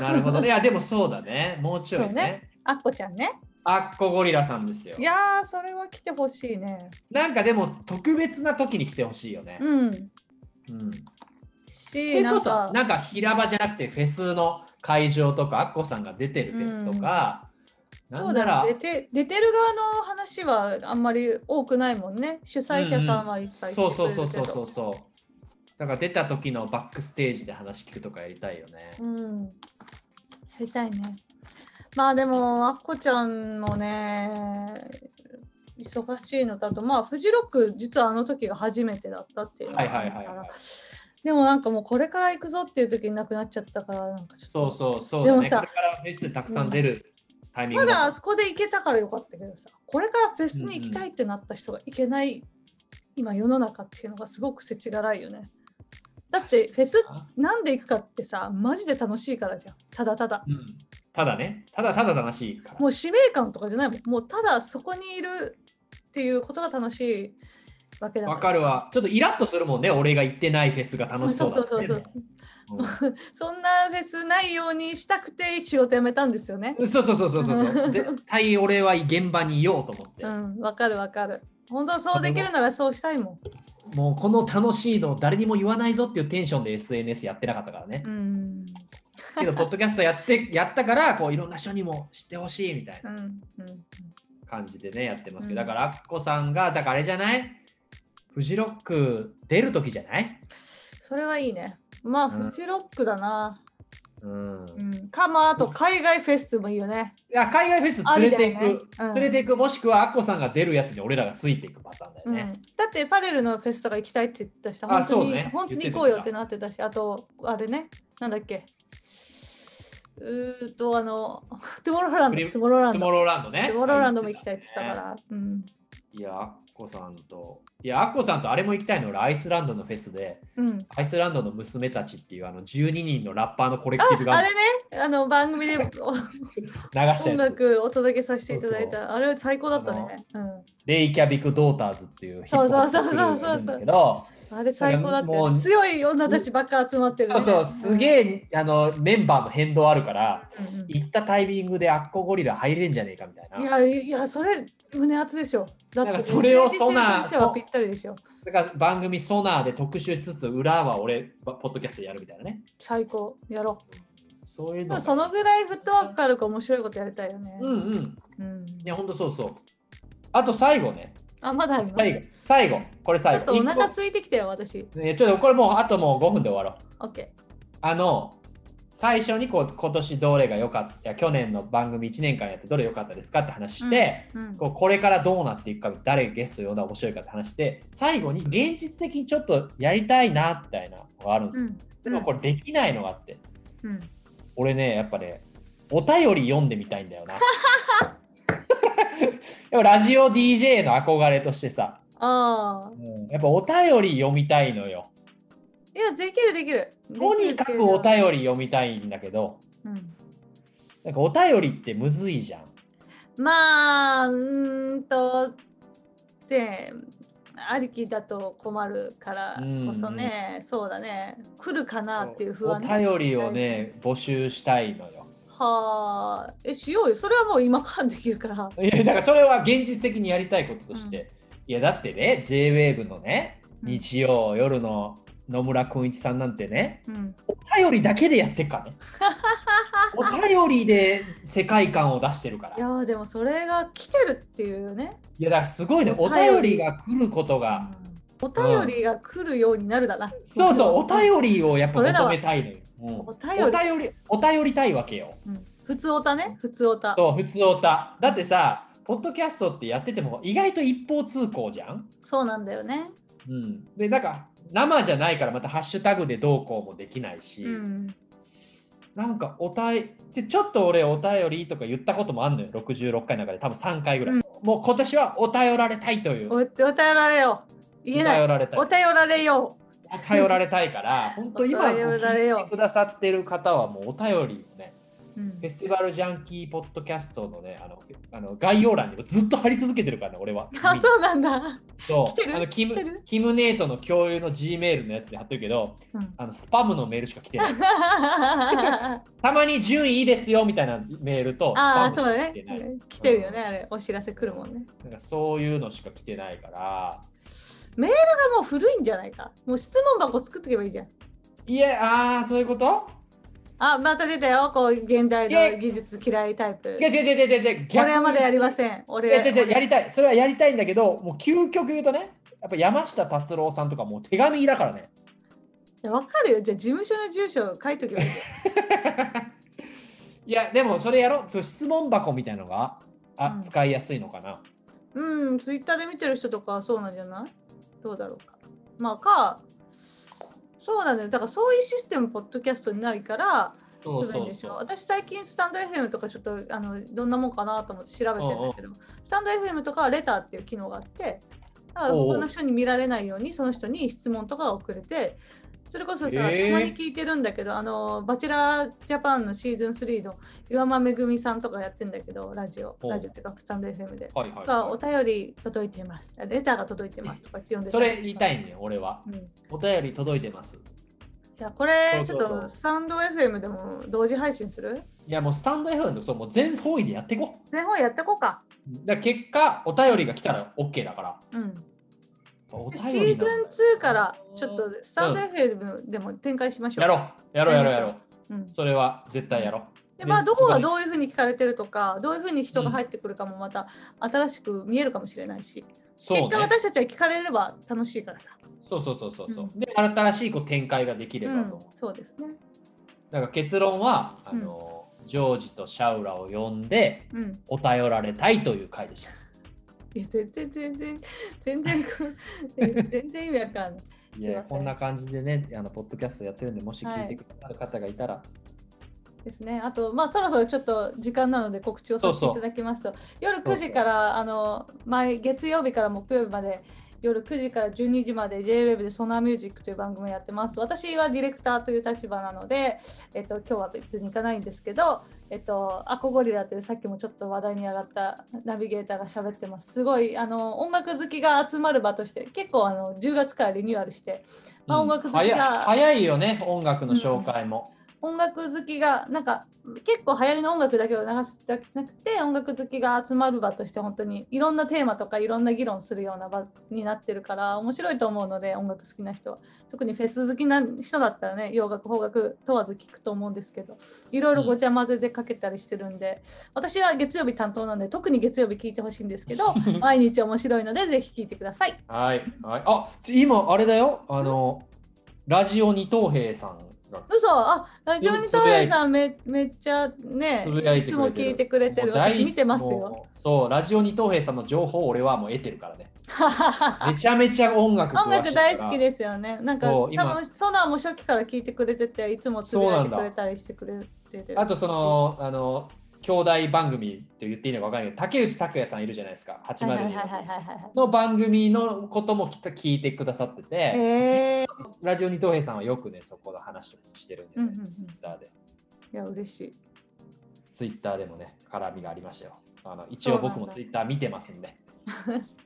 Speaker 2: なるほどねいやでもそうだねもうちょいね
Speaker 3: そうねあっこちゃんね
Speaker 2: あっこゴリラさんですよ
Speaker 3: いやーそれは来てほしいね
Speaker 2: なんかでも特別な時に来てほしいよね、
Speaker 3: うん
Speaker 2: うん、そ
Speaker 3: し
Speaker 2: れ
Speaker 3: な
Speaker 2: こ
Speaker 3: ん
Speaker 2: そな
Speaker 3: か
Speaker 2: んか平場じゃなくてフェスの会場とかアッコさんが出てるフェスとか、
Speaker 3: そうだ
Speaker 2: な
Speaker 3: よ
Speaker 2: んな
Speaker 3: 出
Speaker 2: ら
Speaker 3: て出てる側の話はあんまり多くないもんね主催者さんはいっぱい
Speaker 2: そう
Speaker 3: 来て
Speaker 2: そう
Speaker 3: くれ
Speaker 2: そう
Speaker 3: るけ
Speaker 2: そ
Speaker 3: ど
Speaker 2: うそうそうだから出た時のバックステージで話聞くとかやりたいよね、
Speaker 3: うん。やりたいね。まあでも、あっこちゃんもね、忙しいのだと、まあ、フジロック、実はあの時が初めてだったっていうのが
Speaker 2: は
Speaker 3: あ
Speaker 2: い
Speaker 3: るから
Speaker 2: はいはいはい
Speaker 3: でもなんかもうこれから行くぞっていう時になくなっちゃったから、なんかちょっと。
Speaker 2: そうそうそう
Speaker 3: で
Speaker 2: だ
Speaker 3: も
Speaker 2: ね
Speaker 3: さ
Speaker 2: これからフェスたくさん出るタイミン
Speaker 3: ま
Speaker 2: グ
Speaker 3: だあそこで行けたからよかったけどさ、これからフェスに行きたいってなった人が行けない、今世の中っていうのがすごく世知辛いよね。だってフェスなんで行くかってさ、マジで楽しいからじゃん。ただただ。
Speaker 2: うん、ただねただただ楽しいから
Speaker 3: もう使命感とかじゃないもん。もうただそこにいるっていうことが楽しいわけだ
Speaker 2: わかるわちょっとイラッとするもんね俺が行ってないフェスが楽しそうだって
Speaker 3: そうそうそうそんなフェスないようにしたくて仕事辞めたんですよね。
Speaker 2: うんそうそうそうそうそうそう絶対俺は現場にいようと思って、
Speaker 3: うん、わかるわかる。本当はそうできるならそうしたいもん。
Speaker 2: もうこの楽しいのを誰にも言わないぞっていうテンションで SNS やってなかったからね
Speaker 3: う、ん。
Speaker 2: けどポッドキャストやってやったからこういろんな人にも知ってほしいみたいな
Speaker 3: うん。うん。
Speaker 2: 感じでねやってますけど、
Speaker 3: うん
Speaker 2: だからアッコさんがだからあれじゃないフジロック出る時じゃない、
Speaker 3: それはいいね。まあ、
Speaker 2: うん
Speaker 3: フジロックだな。
Speaker 2: うん、
Speaker 3: うん。かまあ、あと海外フェスでもいいよね。
Speaker 2: いや海外フェス連れていく、
Speaker 3: ありだよねうん
Speaker 2: 連れていくもしくはアッコさんが出るやつに俺らがついていくパターンだよ
Speaker 3: うん、だ
Speaker 2: ね、
Speaker 3: ってパレルのフェスとか行きたいって言ってたし、
Speaker 2: あ
Speaker 3: 本当
Speaker 2: そう
Speaker 3: に、
Speaker 2: ね
Speaker 3: 本当に
Speaker 2: 言って
Speaker 3: 行
Speaker 2: た
Speaker 3: こうよってなってたし、あと、あれね、なんだっけ。うーっと、あの、 トゥモローラン
Speaker 2: プリ
Speaker 3: ド、
Speaker 2: ム
Speaker 3: トゥモローラン
Speaker 2: トゥ
Speaker 3: ド、
Speaker 2: モローランドね
Speaker 3: トゥモローランドも行きたいって言ってたから、うん。
Speaker 2: いやアッコさんといやアッコさんとあれも行きたいの俺アイスランドのフェスで
Speaker 3: うん、
Speaker 2: アイスランドの娘たちっていうあの12人のラッパーのコレク
Speaker 3: あ
Speaker 2: ティブが
Speaker 3: あ
Speaker 2: 流
Speaker 3: れね、あの番組 でお
Speaker 2: した
Speaker 3: 音
Speaker 2: やつ
Speaker 3: 楽お届けさせていただい
Speaker 2: そ
Speaker 3: た、あれ最高だったね。うん、
Speaker 2: レイキャビック・ドーターズっていうヒップホップグループなんだけど
Speaker 3: あれ最高だった
Speaker 2: も
Speaker 3: よ。
Speaker 2: う
Speaker 3: 強い女たちばっか集まってる、
Speaker 2: そう
Speaker 3: ね。
Speaker 2: そうすげえあのメンバーの変動あるから
Speaker 3: うんうん
Speaker 2: 行ったタイミングでアッコゴリラ入れんじゃねえかみたい
Speaker 3: い
Speaker 2: な
Speaker 3: やいやそれ胸熱でしょ。だ
Speaker 2: なんかそれを
Speaker 3: そ
Speaker 2: そんなそう
Speaker 3: ぴったりでしょ。
Speaker 2: だから番組ソナーで特集しつつ裏は俺ポッドキャストでやるみたいなね
Speaker 3: 最高やろ
Speaker 2: そういう
Speaker 3: う。
Speaker 2: の
Speaker 3: ま
Speaker 2: が
Speaker 3: あそのぐらいフットワークあるから面白いことやりたいよね。
Speaker 2: うんうん
Speaker 3: うん
Speaker 2: いやほんとそうそうあと最後ね
Speaker 3: あまだあるの。
Speaker 2: 最後最後これ
Speaker 3: ちょ
Speaker 2: 最
Speaker 3: っ
Speaker 2: 後
Speaker 3: とお腹
Speaker 2: 一
Speaker 3: 空いてきたよ私。
Speaker 2: 個ねちょっとこれもうあともう5分で終わろう
Speaker 3: オッケ
Speaker 2: あの最初にこう今年どれが良かったいや去年の番組1年間やってどれ良かったですかって話して、
Speaker 3: ー。うん。
Speaker 2: こうこれからどうなっていくか誰ゲスト呼んだら面白いかって話して最後に現実的にちょっとやりたいなみたいなのがあるんです
Speaker 3: う
Speaker 2: よ、
Speaker 3: ん。
Speaker 2: でもこれできないのがあって
Speaker 3: うん。
Speaker 2: 俺ねやっぱねお便り読んでみたいんだ よなでもラジオ DJ の憧れとしてさ、
Speaker 3: ああ。
Speaker 2: やっぱお便り読みたいのよ
Speaker 3: いやできるできる。
Speaker 2: とにかくお
Speaker 3: り。
Speaker 2: 便り読みたいんだけど
Speaker 3: うん
Speaker 2: なんかお便りってむずいじゃん
Speaker 3: まあうーんとでありきだと困るからこそね、そうだね来るかなっていう不安ね
Speaker 2: お便りをね募集したいのよ
Speaker 3: はあ、え、しようよ。それはもう今からできるから。
Speaker 2: いやだからそれは現実的にやりたいこととして、いやだってね JWAVE のね日曜夜の野村くん一さんなんてね
Speaker 3: うん、
Speaker 2: お便りだけでやってっから ねお便りで世界観を出してるから
Speaker 3: い
Speaker 2: い
Speaker 3: や
Speaker 2: や
Speaker 3: ー、でもそれが来てるっていうね。
Speaker 2: だからすごいね
Speaker 3: お
Speaker 2: お
Speaker 3: 便り
Speaker 2: 便りが来ることが、
Speaker 3: お便りが来るようになるだな。
Speaker 2: そうそうお便りをやっぱ
Speaker 3: それだ
Speaker 2: 求
Speaker 3: わ
Speaker 2: めたいのよ、うん
Speaker 3: お
Speaker 2: お
Speaker 3: 便り
Speaker 2: 便りお便りたいわけよ
Speaker 3: うん普通おたね、普通おた。
Speaker 2: そう普通おただってさポッドキャストってやってても意外と一方通行じゃん
Speaker 3: そうなんだよね。
Speaker 2: うん、でなんか生じゃないからまたハッシュタグでどうこうもできないし、
Speaker 3: うん。
Speaker 2: なんかおたいでちょっと俺お便りとか言ったこともあんのよ66回の中で多分3回ぐらい、
Speaker 3: うん
Speaker 2: もう今年はお便られたいという
Speaker 3: おお便られよ。言えない。
Speaker 2: お便られたい
Speaker 3: お便られよ。
Speaker 2: お便られたいから 本当今
Speaker 3: お便られよ
Speaker 2: 聞いてくださってる方はもうお便りをね
Speaker 3: うん
Speaker 2: フェスティバルジャンキーポッドキャストのねあのあの概要欄にもずっと貼り続けてるからね俺は
Speaker 3: あ、そうなんだ。
Speaker 2: そう
Speaker 3: 来てる
Speaker 2: あのキム
Speaker 3: 来てる
Speaker 2: キムネートの共有の G メールのやつで貼ってるけど
Speaker 3: うん
Speaker 2: あのスパムのメールしか来てないたまに順位いいですよみたいなメールと
Speaker 3: ああ、
Speaker 2: スパ
Speaker 3: そう
Speaker 2: ム
Speaker 3: だ
Speaker 2: しか
Speaker 3: ね
Speaker 2: 来てない。
Speaker 3: 来てるよね、あれ。お知らせ来るもんね。
Speaker 2: なんかそういうのしか来てないから
Speaker 3: これもう古いんじゃないか。もう質問箱作っとけばいいじゃん。
Speaker 2: いえああそういうこと
Speaker 3: あ、また出たよ。こう、現代の技術嫌いタイプ
Speaker 2: 違う。違う違う違う違う。
Speaker 3: これはまだやりま
Speaker 2: ん。
Speaker 3: せん。
Speaker 2: い
Speaker 3: 俺、
Speaker 2: や違う違う
Speaker 3: 俺
Speaker 2: やりたい。それはやりたいんだけど、もう究極言うとね、やっぱ山下達郎さんとかもう手紙だからね。
Speaker 3: いやわかるよ。じゃあ、事務所の住所書いとけばいい。
Speaker 2: いや、でもそれやろう。そう質問箱みたいなのがあ、
Speaker 3: うん
Speaker 2: 使いやすいのかな。
Speaker 3: うん、ツイッターで見てる人とかはそうなんじゃないどうだろうか。まあ、か、そうなんだよ。だから、そういうシステム、ポッドキャストにないから、
Speaker 2: そう
Speaker 3: 不
Speaker 2: そ
Speaker 3: 便
Speaker 2: う
Speaker 3: でしょ
Speaker 2: そう。
Speaker 3: 私最近スタンド FM とかちょっとあのどんなもんかなと思って調べてんだけど、スタンド FM とかはレターっていう機能があってだから
Speaker 2: おうおう
Speaker 3: 他の人に見られないようにその人に質問とかが送れてそれこそさ、
Speaker 2: へえ
Speaker 3: たまに聞いてるんだけどあのバチェラージャパンのシーズン3の岩間めぐみさんとかやってんだけどラジオ
Speaker 2: おう
Speaker 3: ラジオっていうかスタンド FM で。
Speaker 2: はいはい
Speaker 3: がお
Speaker 2: は
Speaker 3: 便り届いてます。レターが届いてますとかって読
Speaker 2: い。
Speaker 3: んで
Speaker 2: それ言いた
Speaker 3: い。
Speaker 2: いね、俺は。
Speaker 3: うん
Speaker 2: お便り届いてます。
Speaker 3: いやこれちょっ
Speaker 2: そうそうそう
Speaker 3: とスタンド FM でも同時配信する
Speaker 2: いや、もうスタンド F のそうもう全方位でやっていこう。
Speaker 3: 全本やってこうか。
Speaker 2: だから結果、お便りが来たら OK だから。
Speaker 3: うん
Speaker 2: お
Speaker 3: シ
Speaker 2: 便り
Speaker 3: ーズ
Speaker 2: なんだ
Speaker 3: ン2からちょっとスタンド FM でも展開しましょう。
Speaker 2: やろう、やろう、やろう、やろう。
Speaker 3: う。ん、
Speaker 2: それは絶対やろ
Speaker 3: でまあ
Speaker 2: ね
Speaker 3: どこがどういうふうに聞かれてるとかどういうふうに人が入ってくるかもまた新しく見えるかもしれないし、
Speaker 2: う。そうね
Speaker 3: 結果。私たちは聞かれれば楽しいからさ。
Speaker 2: そうそうそうそうそう。
Speaker 3: う
Speaker 2: で、新しいこう展開ができれ
Speaker 3: う
Speaker 2: ばと
Speaker 3: ん
Speaker 2: 思う。、
Speaker 3: そうですね。
Speaker 2: だから結論は、あの、ジョージとシャウラを呼んで、
Speaker 3: うん、
Speaker 2: お便られたいという回でした。
Speaker 3: いや全然全然全然全然意味わかんない。
Speaker 2: い
Speaker 3: すいま
Speaker 2: や、
Speaker 3: せん
Speaker 2: こんな感じでね、あのポッドキャストやってるんで、もし
Speaker 3: はい
Speaker 2: 聞いてくださる方がいたら、
Speaker 3: ですね。あと、まあ、そろそろちょっと時間なので告知をさせていただきますと、夜
Speaker 2: そう
Speaker 3: 9時から、あの、毎月曜日から木曜日まで、夜9時から12時まで JWEB でソナーミュージックという番組をやってます。私はディレクターという立場なので、えっと、今日は別に行かないんですけど、えっと、アコゴリラというさっきもちょっと話題に上がったナビゲーターが喋ってます。すごい、あの、音楽好きが集まる場として、結構、あの、10月からリニューアルして、まあ
Speaker 2: うん
Speaker 3: 音楽好きが
Speaker 2: 早い早いよね、音楽の紹介も。
Speaker 3: 音楽好きがなんか結構流行りの音楽だけを流すだけじゃなくて音楽好きが集まる場として本当にいろんなテーマとかいろんな議論するような場になってるから面白いと思うので音楽好きな人は特にフェス好きな人だったらね洋楽邦楽問わず聞くと思うんですけどいろいろごちゃ混ぜでかけたりしてるんで、私は月曜日担当なんで特に月曜日聞いてほしいんですけ ど毎日面白いのでぜひ聞いてください。
Speaker 2: はい、はい。あ、ち今、あれだよ、あの、ラジオ二等兵さんが
Speaker 3: 嘘あラジオにそうやさんめめっちゃね
Speaker 2: つぶやい
Speaker 3: い
Speaker 2: て
Speaker 3: つ
Speaker 2: く
Speaker 3: も
Speaker 2: れてる
Speaker 3: 聞いてくれてる
Speaker 2: もう大
Speaker 3: 私見てますよ。
Speaker 2: もうそう、ラジオ二等兵さんの情報を俺はもう得てるからね。めちゃめちゃ音楽詳しい
Speaker 3: 音楽大好き
Speaker 2: す。
Speaker 3: ですよね。なんか
Speaker 2: そ
Speaker 3: 多
Speaker 2: う今
Speaker 3: 分ソナーも初期から聞いてくれてていつもつぶやいてくれたりしてくれてる。
Speaker 2: あとその、あの、兄弟番組と言っていいのか分かんないけど、竹内拓也さんいるじゃないですか、
Speaker 3: はいはいは
Speaker 2: 802
Speaker 3: いはいはいは
Speaker 2: の番組のこともきっと聞いてくださって
Speaker 3: い。
Speaker 2: て、
Speaker 3: えー
Speaker 2: ラジオ二等兵さんはよくね、そこの話をしてるんで、
Speaker 3: うんう
Speaker 2: ね
Speaker 3: んう
Speaker 2: ツ
Speaker 3: ん、
Speaker 2: イッターで。
Speaker 3: いや嬉しい。
Speaker 2: ツイッターでもね、絡みがありましたよ。あの一応僕
Speaker 3: そう
Speaker 2: も
Speaker 3: なんだ
Speaker 2: ツイッター見てますんで、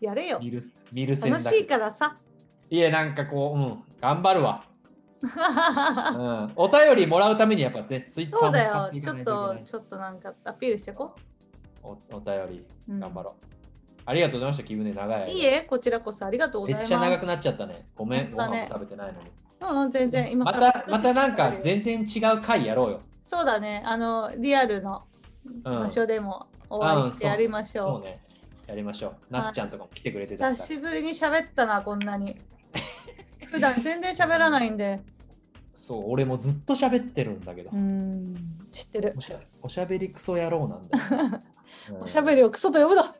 Speaker 3: やれよ。
Speaker 2: 見る見る線
Speaker 3: 楽
Speaker 2: だ
Speaker 3: し
Speaker 2: け。
Speaker 3: いか らさ。
Speaker 2: いや、なんかこう、うん、頑張るわ。うん、お便りもらうためにやっぱね、ツイッター
Speaker 3: そう
Speaker 2: も
Speaker 3: だ
Speaker 2: 使っ
Speaker 3: よ
Speaker 2: てい。
Speaker 3: ち
Speaker 2: か
Speaker 3: ょ
Speaker 2: な
Speaker 3: っ
Speaker 2: いといけ
Speaker 3: と
Speaker 2: ない。
Speaker 3: ちょっとなんかアピールしてこ
Speaker 2: おお便
Speaker 3: う。う
Speaker 2: り、
Speaker 3: ん
Speaker 2: 頑張ろう。ありがとうございました、気分で長い間。
Speaker 3: いいえこちらこそありがとうござい
Speaker 2: め
Speaker 3: ま
Speaker 2: っ
Speaker 3: す。
Speaker 2: ちゃ長くなっちゃったね。ごめん、
Speaker 3: 本
Speaker 2: ご
Speaker 3: 当
Speaker 2: 飯
Speaker 3: だね
Speaker 2: も食べてないのに。
Speaker 3: うん全然今
Speaker 2: ま
Speaker 3: から
Speaker 2: た、またなんか全然違う回やろうよ。
Speaker 3: そうだねあのリアルの
Speaker 2: うん
Speaker 3: 場所でもお会いしてやりましょう。
Speaker 2: そうね。やりましょう。なっちゃんとかも来てくれてた
Speaker 3: 久
Speaker 2: しさ。
Speaker 3: しぶりに喋ったなこんな に普段全然喋らないんで
Speaker 2: そう、俺もずっと喋ってるんだけど。
Speaker 3: ん知ってる
Speaker 2: おしゃおしゃべりクソ野郎なんだよ、うん
Speaker 3: おしゃべりをクソと呼ぶな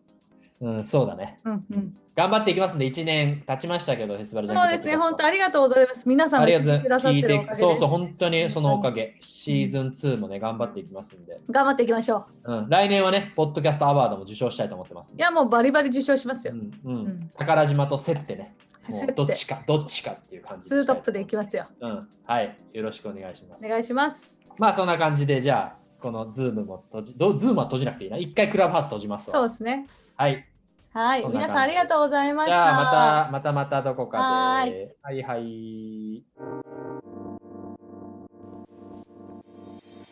Speaker 2: うん、そうだね。
Speaker 3: うんうん
Speaker 2: 頑張っていきますんで、1年経ちましたけど、フェスバルジャン
Speaker 3: そうですね本当ありがとうございます皆さん
Speaker 2: あ
Speaker 3: が
Speaker 2: りがとうござ
Speaker 3: 聞い
Speaker 2: い
Speaker 3: てくだ
Speaker 2: ます。
Speaker 3: さっ
Speaker 2: 聞いてそう
Speaker 3: てるおか、げで
Speaker 2: そう、本当にそのおかげ。シーズン2もね、頑張っていきますんで。
Speaker 3: 頑張っていきましょう
Speaker 2: うん、来年はね、ポッドキャストアワードも受賞したいと思ってますん
Speaker 3: い
Speaker 2: で。
Speaker 3: やもうバリバリ受賞します
Speaker 2: う
Speaker 3: よ、
Speaker 2: んうん
Speaker 3: うん
Speaker 2: 宝島と競ってね、も
Speaker 3: 競っ
Speaker 2: う
Speaker 3: て
Speaker 2: どっちか、どっちかっていう感じ
Speaker 3: ツ
Speaker 2: に
Speaker 3: ー
Speaker 2: した
Speaker 3: ト
Speaker 2: い
Speaker 3: ップでいきますよ
Speaker 2: うん。はい、よろしくお願いします
Speaker 3: お。願いします
Speaker 2: まあ、そんな感じで、じゃあ、このズームも閉じ、どズームは閉じなくていいな。一回クラブハウス閉じますわ
Speaker 3: そうですね
Speaker 2: はい。
Speaker 3: はい
Speaker 2: そんな
Speaker 3: 皆
Speaker 2: 感じ
Speaker 3: さんありがとうございまし
Speaker 2: じ
Speaker 3: た
Speaker 2: ゃあまたまたまたどこかで。
Speaker 3: はー
Speaker 2: はいはい。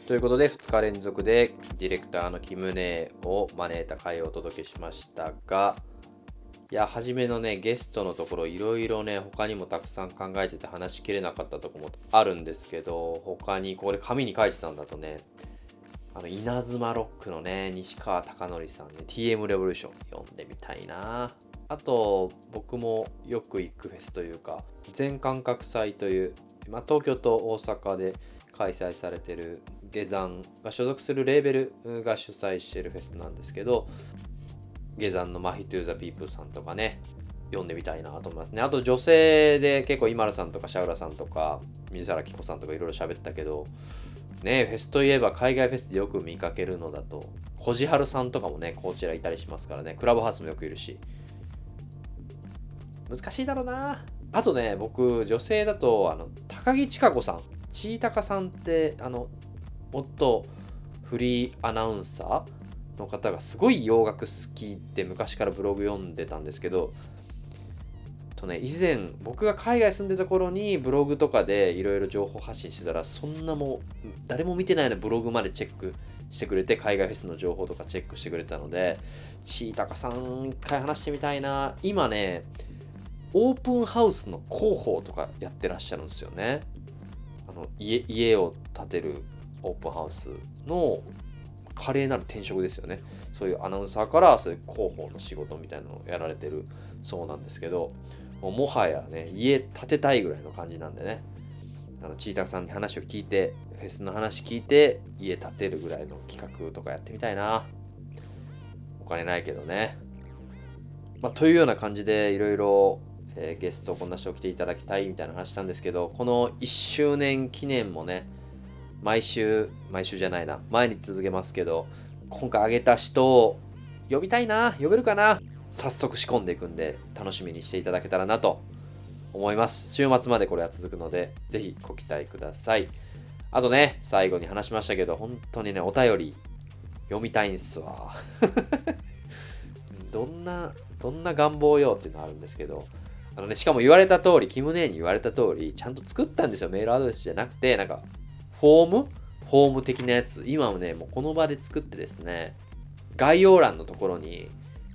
Speaker 1: ということで2日連続でディレクターのキムネを招いた回をお届けしましたがいや、初めのね、ゲストのところ、いろいろね、他にもたくさん考えてて話しきれなかったとこもあるんですけど、他に、これ紙に書いてたんだとね、あの、稲妻ロックのね、西川貴教さんね、TM レボリューション読んでみたいな。あと、僕もよく行くフェスというか、全感覚祭という、まあ、東京と大阪で開催されてる下山が所属するレーベルが主催してるフェスなんですけど、下山のマヒトゥーザピープルさんとかね、読んでみたいなと思いますね。あと女性で結構、イマルさんとかシャウラさんとか、水原希子さんとかいろいろ喋ったけど、ね、フェスといえば海外フェスでよく見かけるのだと、こじはるさんとかもね、こちらいたりしますからね、クラブハウスもよくいるし。難しいだろうな。あとね、僕、女性だと、あの、高木千佳子さん、ちいたかさんって、あの、元フリーアナウンサーの方がすごい洋楽好きで昔からブログ読んでたんですけど、とね、以前僕が海外住んでた頃にブログとかでいろいろ情報発信してたらそんなもう誰も見てないようなブログまでチェックしてくれて海外フェスの情報とかチェックしてくれたのでちいたかさん一回話してみたいな今ねオープンハウスの広報とかやってらっしゃるんですよねあの家家を建てるオープンハウスの華麗なる転職ですよねそういうアナウンサーからそういう広報の仕事みたいなのをやられてるそうなんですけどもうもはやね、家建てたいぐらいの感じなんでね、あのちーたくさんに話を聞いて、フェスの話聞いて、家建てるぐらいの企画とかやってみたいな。お金ないけどね。まあ、というような感じで、いろいろえーゲストこんな人来ていただきたいみたいな話したんですけど、この1周年記念もね、毎週、毎週じゃないな、毎日続けますけど、今回あげた人を呼びたいな、呼べるかな早速仕込んでいくんで楽しみにしていただけたらなと思います週末までこれは続くのでぜひご期待くださいあとね最後に話しましたけど本当にねお便り読みたいんすわ どんなどんな願望よっていうのあるんですけどあのねしかも言われた通りキムネに言われた通りちゃんと作ったんですよメールアドレスじゃなくてなんかフォームフォーム的なやつ今もねもうこの場で作ってですね概要欄のところに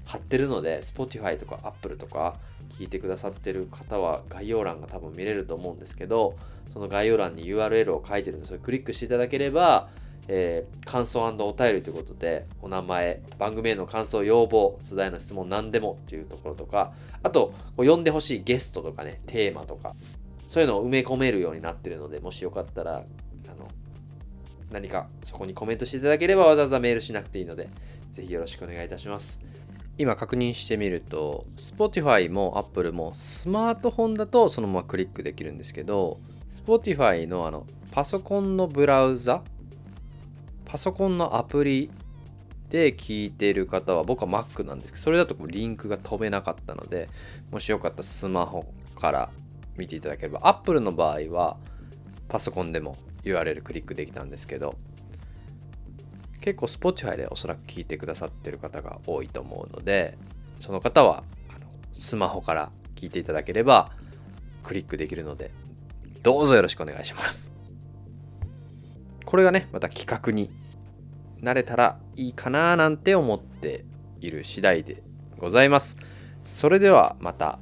Speaker 1: 貼ってるので、Spotify とか Apple とか聞いてくださってる方は概要欄が多分見れると思うんですけど、その概要欄に URL を書いてるので、それクリックしていただければ、えー感想お便りということで、お名前、番組への感想、要望、素材の質問、何でもっていうところとか、あと、こう呼んでほしいゲストとかね、テーマとか、そういうのを埋め込めるようになってるので、もしよかったら、あの、何かそこにコメントしていただければわざわざメールしなくていいので、ぜひよろしくお願いいたします。今確認してみると Spotify も Apple もスマートフォンだとそのままクリックできるんですけど Spotify のあのパソコンのブラウザパソコンのアプリで聞いている方は僕は Mac なんですけどそれだとこうリンクが飛べなかったのでもしよかったらスマホから見ていただければ Apple の場合はパソコンでも URL クリックできたんですけど結構 Spotify でおそらく聞いてくださってる方が多いと思うのでその方はあのスマホから聞いていただければクリックできるのでどうぞよろしくお願いしますこれがねまた企画になれたらいいかななんて思っている次第でございますそれではまた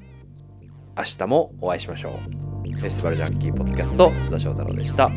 Speaker 1: 明日もお会いしましょうフェスティバルジャンキーポッドキャスト須田翔太郎でした